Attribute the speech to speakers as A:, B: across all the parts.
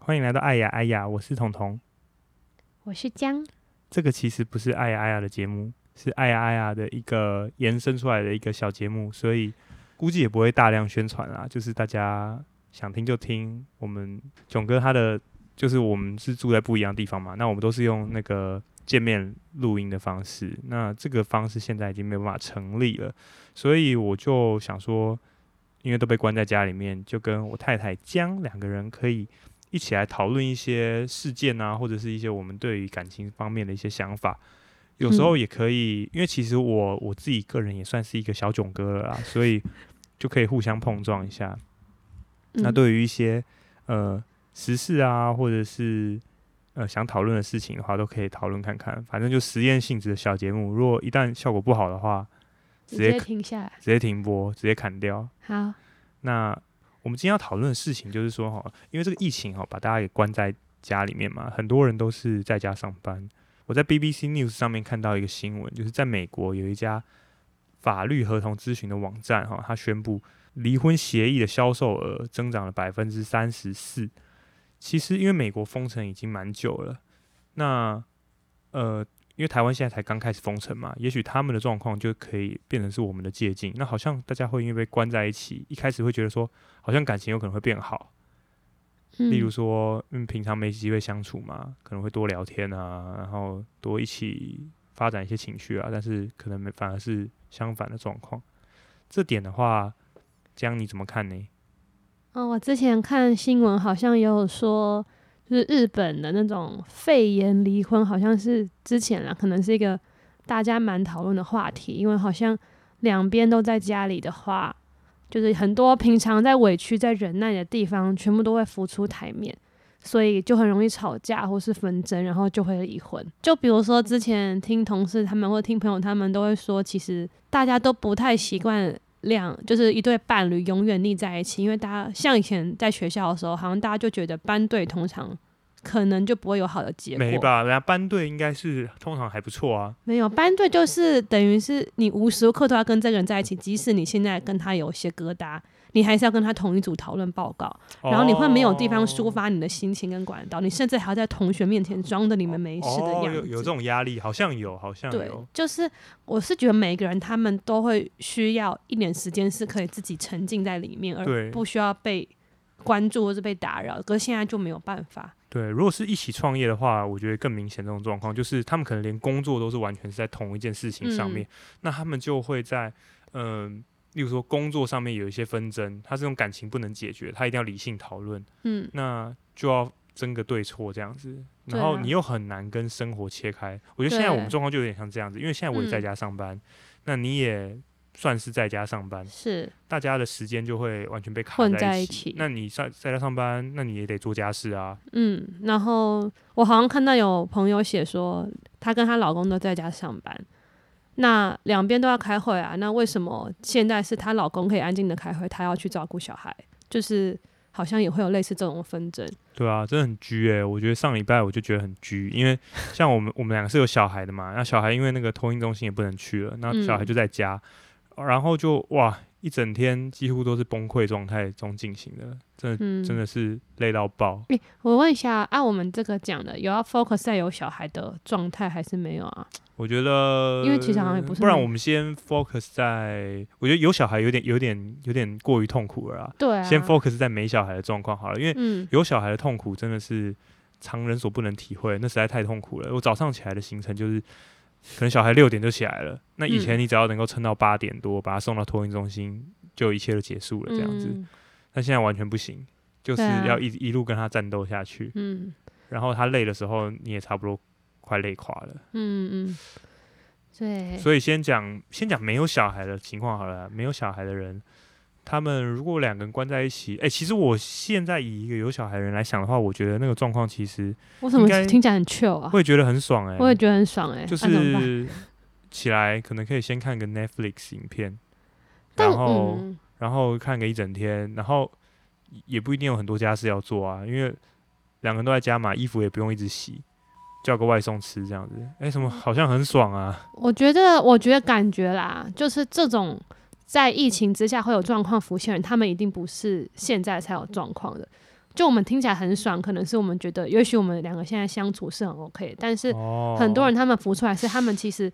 A: 欢迎来到爱呀爱哎呀，我是彤彤。
B: 我是江，
A: 嗯这个其实不是哎爱呀爱呀的节目，是爱呀爱哎呀的一个延伸出来的一个小节目，所以估计也不会大量宣传啦，就是大家想听就听。我们囧哥他的就是我们是住在不一样的地方嘛，那我们都是用那个见面录音的方式，那这个方式现在已经没有办法成立了，所以我就想说，因为都被关在家里面，就跟我太太江两个人可以一起来讨论一些事件啊，或者是一些我们对于感情方面的一些想法。有时候也可以，因为其实我我自己个人也算是一个小囧哥了啦，所以就可以互相碰撞一下。那
B: 嗯，
A: 对于一些呃时事啊，或者是呃想讨论的事情的话，都可以讨论看看。反正就实验性质的小节目，如果一旦效果不好的话，直
B: 直
A: 接
B: 接停下来。
A: 直接停播，直接砍掉。
B: 好，
A: 那我们今天要讨论的事情就是说哈，因为这个疫情哈，把大家给关在家里面嘛，很多人都是在家上班。我在 BBC News 上面看到一个新闻，就是在美国有一家法律合同咨询的网站哈，它宣布离婚协议的销售额增长了百分之三十四。其实因为美国封城已经蛮久了，那呃，因为台湾现在才刚开始封城嘛，也许他们的状况就可以变成是我们的借鉴。那好像大家会因为被关在一起，一开始会觉得说，好像感情有可能会变好，
B: 嗯、
A: 例如说，嗯，平常没机会相处嘛，可能会多聊天啊，然后多一起发展一些情绪啊，但是可能没反而是相反的状况。这点的话，江你怎么看呢？
B: 哦，我之前看新闻好像也有说，就是日本的那种肺炎离婚，好像是之前啦，可能是一个大家蛮讨论的话题，因为好像两边都在家里的话，就是很多平常在委屈、在忍耐的地方，全部都会浮出台面，所以就很容易吵架或是纷争，然后就会离婚。就比如说之前听同事他们或听朋友他们都会说，其实大家都不太习惯两就是一对伴侣永远腻在一起，因为大家像以前在学校的时候，好像大家就觉得班队通常可能就不会有好的结果，
A: 没吧？人家班队应该是通常还不错啊。
B: 没有班队就是等于是你无时无刻都要跟这个人在一起，即使你现在跟他有一些疙瘩，你还是要跟他同一组讨论报告，
A: 哦
B: 然后你会没有地方抒发你的心情跟管道，你甚至还要在同学面前装的你们没事的
A: 哦
B: 样子。
A: 有有这种哦压力，好像有，好像
B: 对
A: 有，。
B: 就是我是觉得每个人他们都会需要一点时间是可以自己沉浸在里面，
A: 对
B: 而不需要被关注或是被打扰。可是现在就没有办法。
A: 对，如果是一起创业的话，我觉得更明显这种状况，就是他们可能连工作都是完全是在同一件事情上面，
B: 嗯
A: 那他们就会在嗯、呃例如说工作上面有一些纷争，他这种感情不能解决，他一定要理性讨论，
B: 嗯，
A: 那就要争个对错这样子，
B: 对
A: 然后
B: 啊
A: 你又很难跟生活切开。我觉得现在我们
B: 对
A: 状况就有点像这样子，因为现在我也在
B: 嗯
A: 家上班，那你也算是在家上班，
B: 是
A: 大家的时间就会完全被卡
B: 混
A: 在
B: 在一
A: 起
B: 起
A: 那你在在家上班，那你也得做家事啊，
B: 嗯，然后我好像看到有朋友写说，她跟她老公都在家上班，那两边都要开会啊，那为什么现在是她老公可以安静的开会，她要去照顾小孩？就是好像也会有类似这种纷争。
A: 对啊，真的很拘诶、我觉得上礼拜我就觉得很拘，因为像我们我们两个是有小孩的嘛，那小孩因为那个托婴中心也不能去了，那小孩
B: 嗯
A: 就在家，然后就哇一整天几乎都是崩溃状态中进行的，真的、
B: 嗯，
A: 呃真的是累到爆。
B: 诶、我问一下，按、我们这个讲的，有要 focus 在有小孩的状态还是没有啊？
A: 我觉得，
B: 因为其实好像也不是
A: 不然
B: 那么
A: 我们先 focus 在，我觉得有小孩有点有点有点过于痛苦了啊，
B: 对啊，
A: 先 focus 在没小孩的状况好了，因为
B: 嗯
A: 有小孩的痛苦真的是常人所不能体会，那实在太痛苦了。我早上起来的行程就是，可能小孩六点就起来了，那以
B: 嗯
A: 前你只要能够撑到八点多，把他送到托运中心，就一切都结束了这样子。
B: 嗯
A: 但现在完全不行，就是
B: 对啊
A: 要一、一路跟他战斗下去，
B: 嗯
A: 然后他累的时候，你也差不多快累垮了。
B: 嗯嗯，对，
A: 所以先讲先讲没有小孩的情况好了，没有小孩的人，他们如果两个人关在一起，哎、其实我现在以一个有小孩的人来想的话，我觉得那个状况其实
B: 为什么
A: 应该
B: 听起来很 chill 啊？
A: 会觉得很爽哎、
B: 我也觉得很爽哎、
A: 就
B: 那怎么办
A: 是起来可能可以先看个 Netflix 影片，
B: 但
A: 然后、
B: 嗯
A: 然后看个一整天，然后也不一定有很多家事要做啊，因为两个人都在家嘛，衣服也不用一直洗，叫个外送吃这样子，哎、
B: 嗯
A: 什么好像很爽啊，
B: 我觉得，我觉得感觉啦，就是这种在疫情之下会有状况浮现的人，他们一定不是现在才有状况的。就我们听起来很爽，可能是我们觉得，也许我们两个现在相处是很 OK，的但是
A: 哦，
B: 很多人他们浮出来是他们其实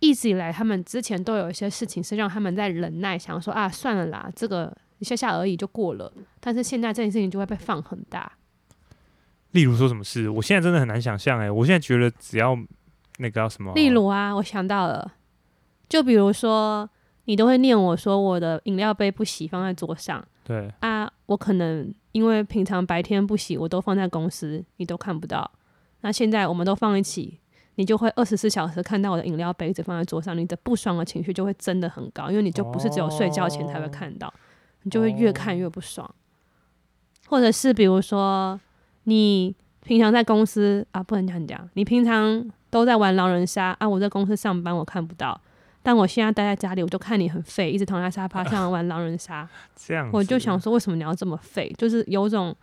B: 一直以来他们之前都有一些事情是让他们在忍耐，想说啊算了啦，这个一下下而已就过了。但是现在这件事情就会被放很大，
A: 例如说什么事，我现在真的很难想象哎、我现在觉得只要那个叫什么，
B: 例如啊，我想到了，就比如说你都会念我说我的饮料杯不洗放在桌上
A: 对
B: 啊，我可能因为平常白天不洗，我都放在公司，你都看不到。那现在我们都放一起，你就会二十四小时看到我的饮料杯一直放在桌上，你的不爽的情绪就会真的很高，因为你就不是只有睡觉前才会看到，你就会越看越不爽。或者是比如说你平常在公司啊，不能这样讲，你平常都在玩狼人杀啊，我在公司上班我看不到，但我现在待在家里，我就看你很废，一直躺在沙发上玩狼人杀，
A: 这样子，
B: 我就想说为什么你要这么废，就是有种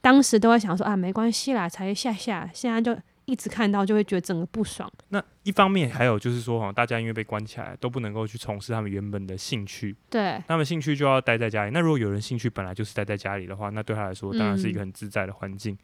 B: 当时都会想说啊没关系啦，才一下下，现在就一直看到就会觉得整个不爽，
A: 那一方面还有就是说，哈，哦大家因为被关起来，都不能够去从事他们原本的兴趣，
B: 对
A: 他们兴趣就要待在家里。那如果有人兴趣本来就是待在家里的话，那对他来说当然是一个
B: 嗯
A: 很自在的环境。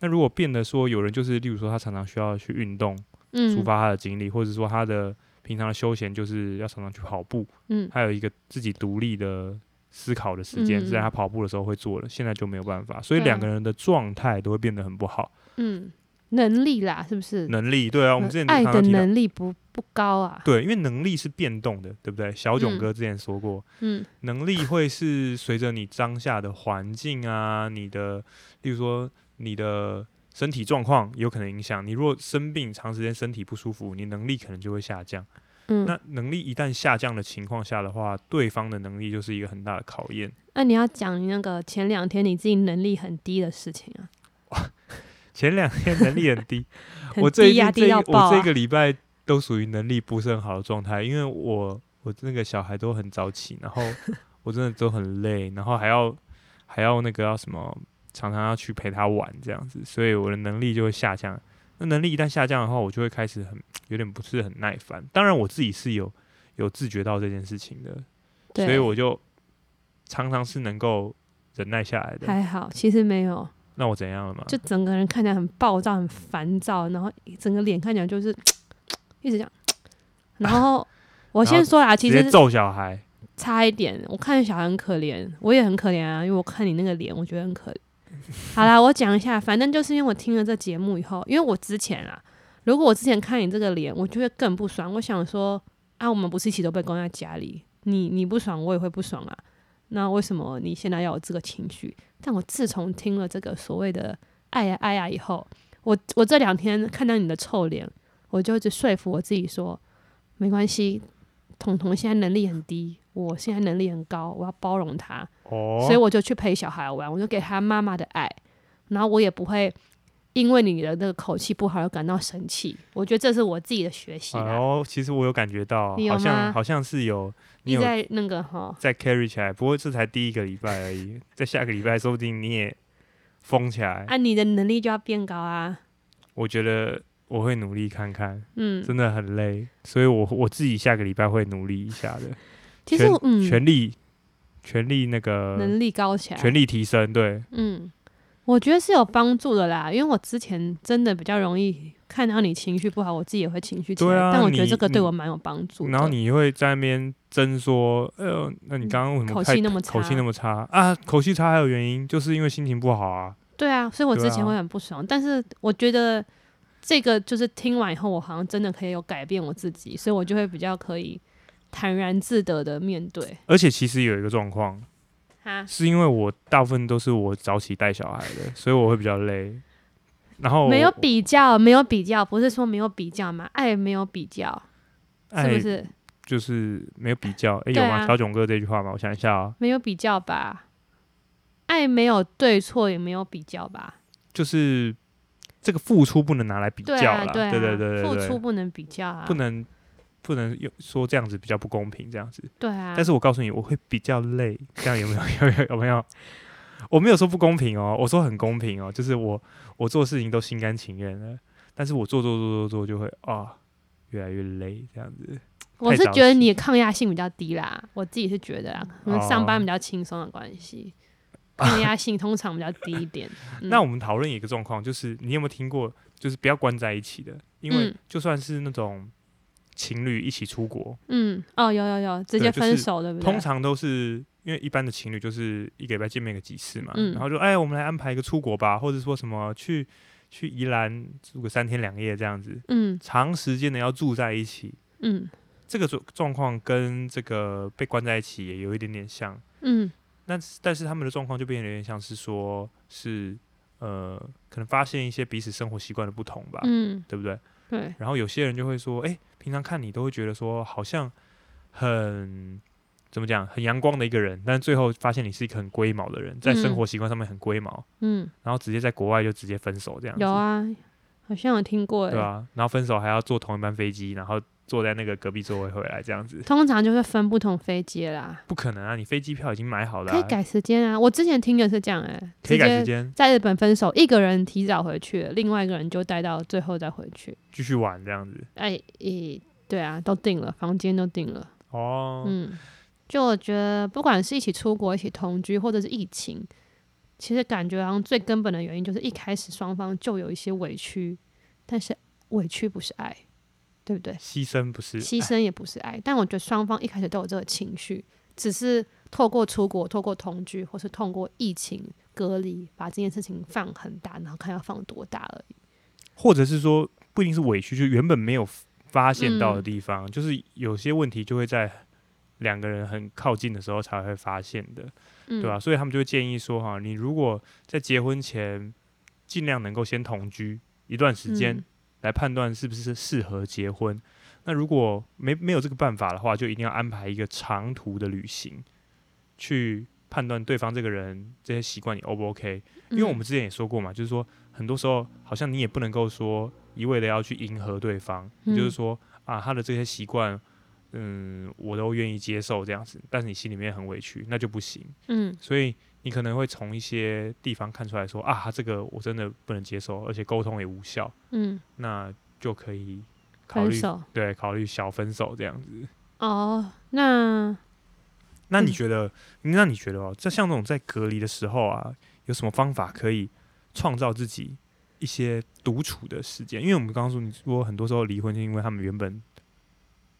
A: 那如果变得说有人就是，例如说他常常需要去运动，
B: 嗯，
A: 抒发他的精力，或者说他的平常的休闲就是要常常去跑步，
B: 嗯
A: 还有一个自己独立的思考的时间
B: 嗯
A: 是在他跑步的时候会做的，现在就没有办法，所以
B: 对啊
A: 两个人的状态都会变得很不好。
B: 嗯，能力啦，是不是？
A: 能力对啊，我们
B: 呃
A: 之前就
B: 爱
A: 常
B: 的
A: 常提到，
B: 能力不不高啊，
A: 对，因为能力是变动的，对不对？小囧
B: 嗯
A: 哥之前说过，
B: 嗯
A: 能力会是随着你当下的环境啊，你的，例如说你的身体状况也有可能影响。你如果生病，长时间身体不舒服，你能力可能就会下降。
B: 嗯。
A: 那能力一旦下降的情况下的话，对方的能力就是一个很大的考验。
B: 那、你要讲你那个前两天你自己能力很低的事情啊，
A: 前两天能力很低，
B: 很
A: 我最
B: 低
A: 近
B: 呀、
A: 这
B: 低
A: 一
B: 到爆、
A: 我
B: 啊
A: 这个礼拜都属于能力不是很好的状态，因为我我那个小孩都很早起， 然后我真的都很累，然后还要还要那个要什么，常常要去陪他玩这样子，所以我的能力就会下降。那能力一旦下降的话，我就会开始很有点不是很耐烦。当然我自己是有有自觉到这件事情的，
B: 对
A: 所以我就常常是能够忍耐下来的。
B: 还好，其实没有，
A: 那我怎样了嘛？
B: 就整个人看起来很暴躁、很烦躁，然后整个脸看起来就是一直这样。然后我先说啦，
A: 直
B: 其
A: 接
B: 实
A: 揍小孩，
B: 差一点，我看小孩很可怜，我也很可怜啊，因为我看你那个脸，我觉得很可怜。 好啦，我讲一下，反正就是因为我听了这节目以后，因为我之前啊，如果我之前看你这个脸，我就会更不爽。我想说啊，我们不是一起都被关在家里，你你不爽，我也会不爽啊。那为什么你现在要有这个情绪？但我自从听了这个所谓的“爱呀爱呀”以后，我我这两天看到你的臭脸，我就一直说服我自己说，没关系，彤彤现在能力很低，我现在能力很高，我要包容他，
A: 哦，
B: 所以我就去陪小孩玩，我就给他妈妈的爱，然后我也不会因为你的那个口气不好而感到生气。我觉得这是我自己的学习
A: 哎
B: 啦。
A: 呦，其实我有感觉到，
B: 你有
A: 好像
B: 吗
A: 好像是有，你
B: 你
A: 有
B: 在那个哈，
A: 在 carry 起来，不过这才第一个礼拜而已，在下个礼拜说不定你也疯起来。
B: 按、啊你的能力就要变高啊。
A: 我觉得我会努力看看，
B: 嗯，
A: 真的很累，所以我我自己下个礼拜会努力一下的，
B: 其实
A: 全
B: 我嗯，
A: 全力全力那个
B: 能力高起来，
A: 全力提升，对，
B: 嗯，我觉得是有帮助的啦，因为我之前真的比较容易看到你情绪不好，我自己也会情绪起
A: 对
B: 来，
A: 啊
B: 但我觉得
A: 你
B: 这个对
A: 你
B: 我蛮有帮助的。
A: 然后你会在那边争说，呃，那你刚刚为什么
B: 嗯口
A: 开
B: 气那么
A: 口气
B: 差
A: 那么差啊？口气差还有原因，就是因为心情不好啊。
B: 对啊，所以我
A: 对
B: 之前
A: 啊
B: 会很不爽，但是我觉得这个就是听完以后，我好像真的可以有改变我自己，所以我就会比较可以坦然自得的面对
A: 而且其实有一个状况，
B: 哈。
A: 是因为我大部分都是我早起带小孩的，所以我会比较累。然后
B: 没有
A: 哦我
B: 比较，没有比较，不是说没有比较嘛？爱没有比较，是
A: 哎
B: 不是？
A: 就是没有比较，哎、
B: 对
A: 有
B: 啊
A: 吗？小囧哥这句话吗？我想一下啊，
B: 没有比较吧？爱没有对错，也没有比较吧？
A: 就是这个付出不能拿来比较
B: 对
A: 啦，
B: 啊，
A: 对
B: 啊，
A: 对对对
B: 付出
A: 对，
B: 不能比较啊，
A: 不能不能用说这样子比较不公平这样子。
B: 对啊。
A: 但是我告诉你，我会比较累，这样有没有？有没有？有没有？我没有说不公平哦，我说很公平哦，就是我我做事情都心甘情愿的，但是我做做做做做就会啊，越来越累这样子。
B: 我
A: 太
B: 是
A: 早
B: 觉得
A: 起
B: 你的抗压性比较低啦，我自己是觉得啊，可能上
A: 哦
B: 班比较轻松的关系。抗压性通常比较低一点。嗯
A: 那我们讨论一个状况，就是你有没有听过，就是不要关在一起的，因为
B: 嗯
A: 就算是那种情侣一起出国，
B: 嗯，哦，有有有，直
A: 对
B: 接
A: 就
B: 分
A: 是
B: 手，对啊不对？
A: 通常都是因为一般的情侣就是一个礼拜见面个几次嘛，
B: 嗯
A: 然后就哎，我们来安排一个出国吧，或者说什么去去宜兰住个三天两夜这样子，
B: 嗯
A: 长时间的要住在一起，
B: 嗯
A: 这个状状况跟这个被关在一起也有一点点像。
B: 嗯
A: 那但是他们的状况就变得有点像是说，是呃，可能发现一些彼此生活习惯的不同吧，
B: 嗯，
A: 对不对？
B: 对，
A: 然后有些人就会说，哎、平常看你都会觉得说好像很怎么讲，很阳光的一个人，但最后发现你是一个很龟毛的人，在生
B: 嗯
A: 活习惯上面很龟毛，
B: 嗯，
A: 然后直接在国外就直接分手这样子，
B: 有啊，好像有听过，
A: 对啊，然后分手还要坐同一班飞机，然后坐在那个隔壁座位回来这样子，
B: 通常就是分不同飞机啦，
A: 不可能啊，你飞机票已经买好了、
B: 可以
A: 啊，
B: 改时间啊。我之前听的是这样、欸，哎，
A: 可以
B: 直
A: 改时
B: 接
A: 间，
B: 在日本分手，一个人提早回去，另外一个人就待到最后再回去。
A: 继续玩这样子。
B: 哎，咦，对啊，都定了，房间都定了，
A: 哦，
B: 嗯。就我觉得，不管是一起出国、一起同居，或者是疫情，其实感觉好像最根本的原因就是一开始双方就有一些委屈，但是委屈不是爱，对不对？
A: 牺牲不是
B: 牺
A: 哎
B: 牲也不是爱，但我觉得双方一开始都有这个情绪，只是透过出国、透过同居，或是透过疫情隔离，把这件事情放很大，然后看要放多大而已。
A: 或者是说不一定是委屈，就原本没有发现到的
B: 嗯
A: 地方，就是有些问题就会在两个人很靠近的时候才会发现的，
B: 嗯，
A: 对吧、啊所以他们就会建议说，哈，你如果在结婚前尽量能够先同居一段时间，
B: 嗯
A: 来判断是不是适合结婚。那如果没没有这个办法的话，就一定要安排一个长途的旅行，去判断对方这个人这些习惯你 O 不 OK。因
B: 嗯
A: 为我们之前也说过嘛，就是说很多时候好像你也不能够说一味的要去迎合对方，也就是
B: 嗯
A: 说啊他的这些习惯，嗯，我都愿意接受这样子，但是你心里面很委屈，那就不行。
B: 嗯
A: 所以你可能会从一些地方看出来说啊，他这个我真的不能接受，而且沟通也无效，
B: 嗯，
A: 那就可以考
B: 分
A: 虑
B: 手
A: 对考虑小分手这样子。
B: 哦，那
A: 那你
B: 嗯
A: 觉得？那你觉得哦，这像这种在隔离的时候啊，有什么方法可以创造自己一些独处的时间？因为我们刚刚说，你说很多时候离婚是因为他们原本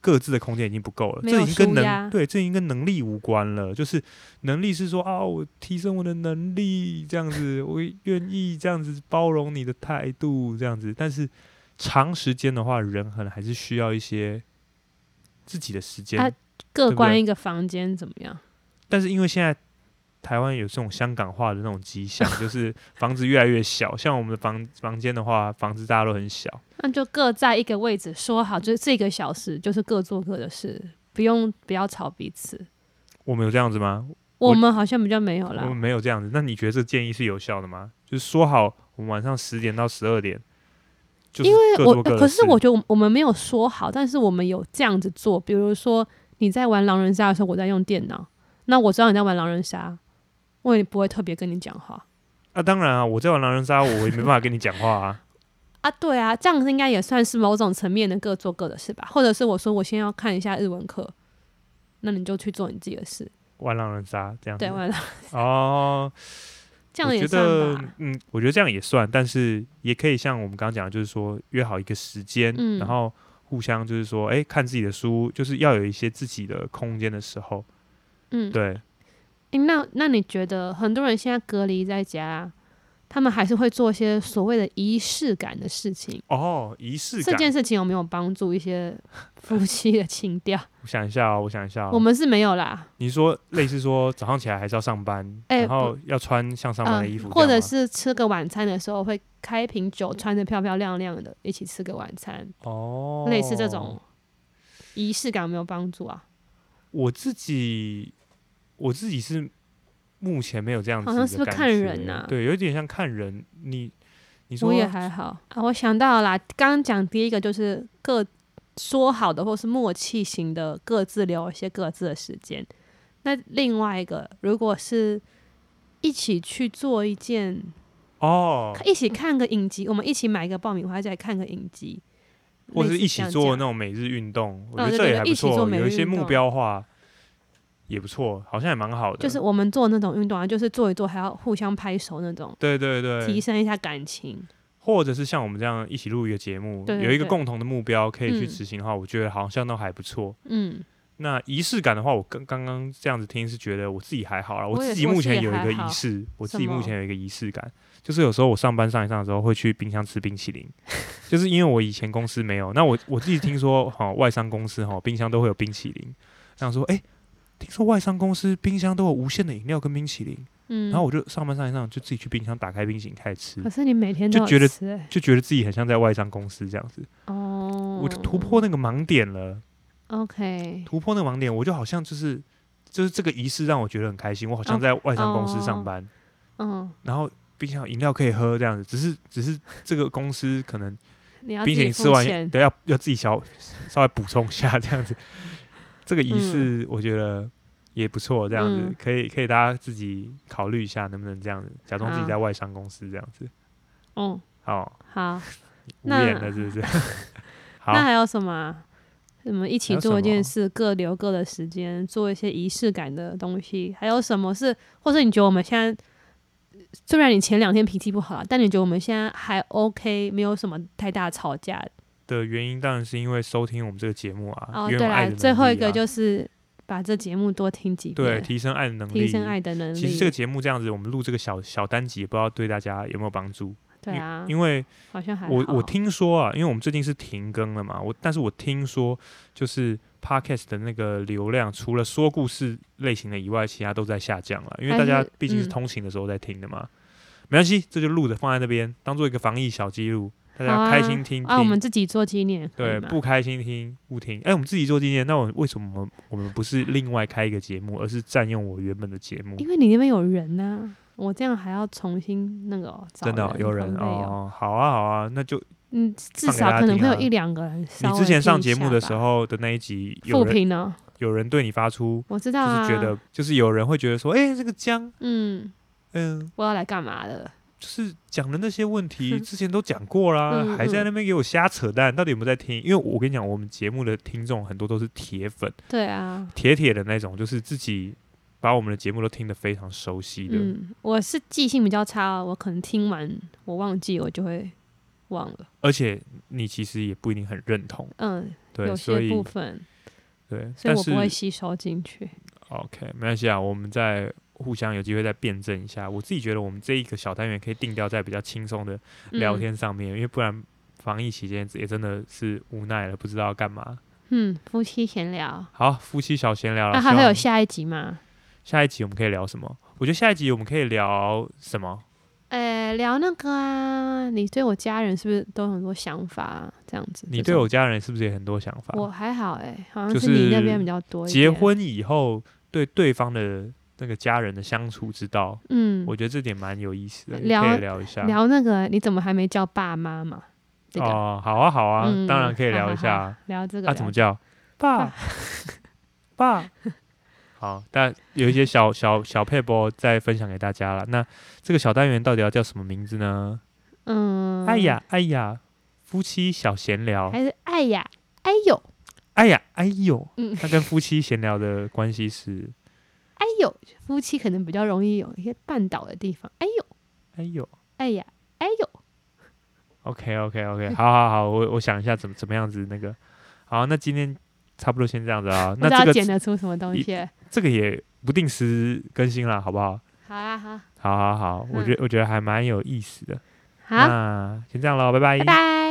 A: 各自的空间已经不够了，
B: 没
A: 这已
B: 有
A: 经跟
B: 舒压
A: 能对，这已经跟能力无关了。就是能力是说啊，我提升我的能力这样子，我愿意这样子包容你的态度这样子，但是长时间的话，人可能还是需要一些自己的时间。
B: 啊各
A: 对不
B: 关
A: 对
B: 一个房间怎么样？
A: 但是因为现在台湾有这种香港化的那种迹 象，就是房子越来越小。像我们的房房间的话，房子大家都很小，
B: 那就各在一个位置，说好就是这个小时就是各做各的事，不用不要吵彼此。
A: 我们有这样子吗？我
B: 我们好像比较没有
A: 我
B: 啦，
A: 们没有这样子。那你觉得这个建议是有效的吗？就是说好，我们晚上十点到十二点，就是
B: 因为
A: 各
B: 我呃
A: 做各的
B: 可是
A: 事
B: 我觉得我们我们没有说好，但是我们有这样子做，比如说你在玩狼人杀的时候，我在用电脑，那我知道你在玩狼人杀，我也不会特别跟你讲话
A: 啊，当然啊，我在玩狼人杀，我也没办法跟你讲话啊。
B: 啊。对啊，这样子应该也算是某种层面的各做各的事吧，或者是我说我先要看一下日文课，那你就去做你自己的事。
A: 玩狼人杀这样子
B: 对，完了，
A: 哦，
B: 这样
A: 嗯我觉
B: 也算
A: 得
B: 吧。，
A: 嗯，我觉得这样也算，但是也可以像我们刚刚讲的，就是说约好一个时间，
B: 嗯
A: 然后互相就是说，哎、看自己的书，就是要有一些自己的空间的时候，
B: 嗯，
A: 对，
B: 诶那那你觉得很多人现在隔离在家，他们还是会做一些所谓的仪式感的事情？
A: 哦，仪式
B: 这
A: 感。
B: 件事情有没有帮助一些 夫妻的情调？
A: 我想一下哦，我想一下、哦，
B: 我们是没有啦，
A: 你说类似说早上起来还是要上班，
B: 哎
A: 然后要穿像上班的衣服，
B: 嗯，或
A: 这样
B: 者
A: 吗
B: 是吃个晚餐的时候会开瓶酒，穿的漂漂亮亮的，一起吃个晚餐，
A: 哦，
B: 类似这种仪式感有没有帮助啊？
A: 我自己我自己是目前没有这样子的
B: 好
A: 感觉，
B: 像是不是看人啊
A: 对，有点像看人，你你说
B: 我也还好啊，我想到啦，刚刚讲第一个就是各说好的或是默契型的，各自留一些各自的时间。那另外一个，如果是一起去做一件
A: 哦，
B: 一起看个影集，我们一起买个爆米花，再看个影集，
A: 或者
B: 类
A: 是
B: 似
A: 一起
B: 这样
A: 做
B: 讲
A: 那种每日运动，我
B: 嗯
A: 觉得
B: 对
A: 这
B: 对
A: 也
B: 对
A: 还
B: 一
A: 不
B: 起做
A: 错。
B: 每
A: 有一
B: 日
A: 些
B: 运
A: 目
B: 动
A: 标化，也不错，好像也蛮好的。
B: 就是我们做那种运动啊，就是做一做还要互相拍手那种，
A: 对对
B: 提
A: 对，
B: 升一下感情。
A: 或者是像我们这样一起录一个节目，
B: 对对
A: 有一个
B: 对
A: 共同的目标可以去
B: 嗯
A: 执行的话，我觉得好像都还不错。
B: 嗯，
A: 那仪式感的话，我刚刚刚这样子听是觉得我自己还好啦，
B: 我也
A: 自己目前有一个
B: 我自己还好
A: 仪式，我自己
B: 什么
A: 目前有一个仪式感，就是有时候我上班上一上的时候会去冰箱吃冰淇 淋，就是因为我以前公司没有，那我我自己听说哈、外商公司哈、冰箱都会有冰淇淋，想说诶，听说外商公司冰箱都有无限的饮料跟冰淇淋，
B: 嗯，
A: 然后我就上班上一上就自己去冰箱打开冰淇淋开始吃
B: 可，是你每天
A: 就
B: 都有
A: 觉得
B: 吃欸
A: 就觉得自己很像在外商公司这样子，
B: 哦，
A: 我就突破那个盲点了。
B: OK，
A: 突破那个盲点，我就好像就是就是这个仪式让我觉得很开心，我好
B: 哦
A: 像在外商公司上班，
B: 嗯，
A: 然后冰箱有饮料可以喝这样子，只是只是这个公司可能
B: 你要
A: 冰淇
B: 自
A: 淋
B: 己付
A: 吃完
B: 钱
A: 对要要自己小稍微补充一下这样子，这个仪式我觉得。也不错，这样子、
B: 嗯
A: 可以可以大家自己考虑一下，能不能这样子假装自己在外商公司这样子，
B: 嗯，
A: 好
B: 好，
A: 无
B: 那
A: 言了是不 是？好，
B: 那还有什么啊？什么一
A: 还
B: 起
A: 有
B: 做一
A: 什么
B: 件事，各留各的时间，做一些仪式感的东西。还有什么是，或者你觉得我们现在，虽然你前两天脾气不好啊，但你觉得我们现在还 OK，没有什么太大吵架
A: 的原因当然是因为收听我们这个节目啊，
B: 哦，
A: 因为
B: 对
A: 我爱
B: 啦，
A: 的能
B: 最后一
A: 力
B: 个
A: 啊
B: 就是把这节目多听几
A: 对
B: 遍，
A: 提升爱的能力，
B: 提升爱的能力。
A: 其实这个节目这样子，我们录这个小小单集，也不知道对大家有没有帮助。
B: 对啊，
A: 因为
B: 好像还
A: 我
B: 好
A: 我听说啊，因为我们最近是停更了嘛，我但是我听说就是 podcast 的那个流量，除了说故事类型的以外，其他都在下降了。因为大
B: 但是
A: 家毕竟是
B: 嗯
A: 通勤的时候在听的嘛，没关系，这就录着放在那边，当做一个防疫小记录，大
B: 好
A: 家
B: 啊
A: 开心听听。
B: 啊，我们自己做纪念，可以
A: 对，
B: 吗
A: 不开心听不听。哎、我们自己做纪念，那我们为什么我们我们不是另外开一个节目，而是占用我原本的节目？
B: 因为你那边有人呐、我这样还要重新那个哦找
A: 真的哦、有人
B: 人分类哦，
A: 哦，好啊好啊，那就
B: 嗯，至
A: 放给大
B: 少
A: 家
B: 可能
A: 听
B: 会有
A: 啊
B: 一两个人稍
A: 你
B: 微
A: 之前上
B: 听一
A: 节目的
B: 下
A: 时
B: 吧
A: 候的那一集，有
B: 复
A: 人
B: 评呢，
A: 有人对你发出，
B: 我知
A: 就
B: 道啊，
A: 是觉得就是有人会觉得说，哎、这个姜，
B: 嗯，
A: 嗯，
B: 我要来干嘛的？
A: 就是讲的那些问题
B: 哼
A: 之前都讲过啦，
B: 嗯
A: 还在那边给我瞎扯淡，到底有没有在听？因为我跟你讲，我们节目的听众很多都是铁粉，
B: 对啊，
A: 铁铁的那种，就是自己把我们的节目都听得非常熟悉的。
B: 嗯，我是记性比较差，哦我可能听完我忘记，我就会忘了，
A: 而且你其实也不一定很认同，
B: 嗯，
A: 对，
B: 有
A: 所
B: 些
A: 以
B: 部分，
A: 对，
B: 所
A: 但
B: 以我
A: 是
B: 不会吸收进去。
A: OK，没关系啊，我们再互相有机会再辩证一下。我自己觉得我们这一个小单元可以定调在比较轻松的聊
B: 嗯，
A: 天上面，因为不然防疫期间也真的是无奈了，不知道干嘛。
B: 嗯，夫妻闲聊，
A: 好，夫妻小闲聊了。
B: 那
A: 啊希
B: 还会有
A: 望
B: 下一集吗？
A: 下一集我们可以聊什么？我觉得下一集我们可以聊什么？
B: 呃，聊那个啊，你对我家人是不是都有很多想法、啊？这样子，
A: 你
B: 这
A: 对
B: 种
A: 我家人是不是也很多想法？
B: 我还好哎、好
A: 就
B: 像是你那
A: 是
B: 边比较多一
A: 结
B: 点。
A: 婚以后对对方的那个家人的相处之道，
B: 嗯，
A: 我觉得这点蛮有意思的，
B: 聊
A: 可以聊一下。
B: 聊那个你怎么还没叫爸妈嘛？这个、
A: 哦，好啊，好啊，
B: 嗯
A: 当然可以聊一下。
B: 好好好聊这个
A: 他、
B: 聊
A: 怎么叫？爸， 爸。好，但有一些小小小配波再分享给大家了。那这个小单元到底要叫什么名字呢？
B: 嗯，
A: 哎呀，哎呀，夫妻小闲聊。
B: 还是哎呀，哎呦，
A: 哎呀，哎呦，
B: 嗯
A: 那跟夫妻闲聊的关系是，
B: 哎呦，夫妻可能比较容易有一些绊倒的地方。哎呦，
A: 哎呦。
B: 哎呀，哎呦，
A: OK OK
B: 嗯
A: OK，好好好，我我想一下怎么怎么样子那个。好，那今天差不多先这样子啊。
B: 不
A: 那
B: 知道
A: 这
B: 剪
A: 个
B: 得出什么东西。
A: 这个也不定时更新了，好不好？
B: 好啊，好嗯
A: 好好好，我觉得我觉得还蛮有意思的。
B: 好，
A: 那先这样喽，拜拜
B: 拜拜。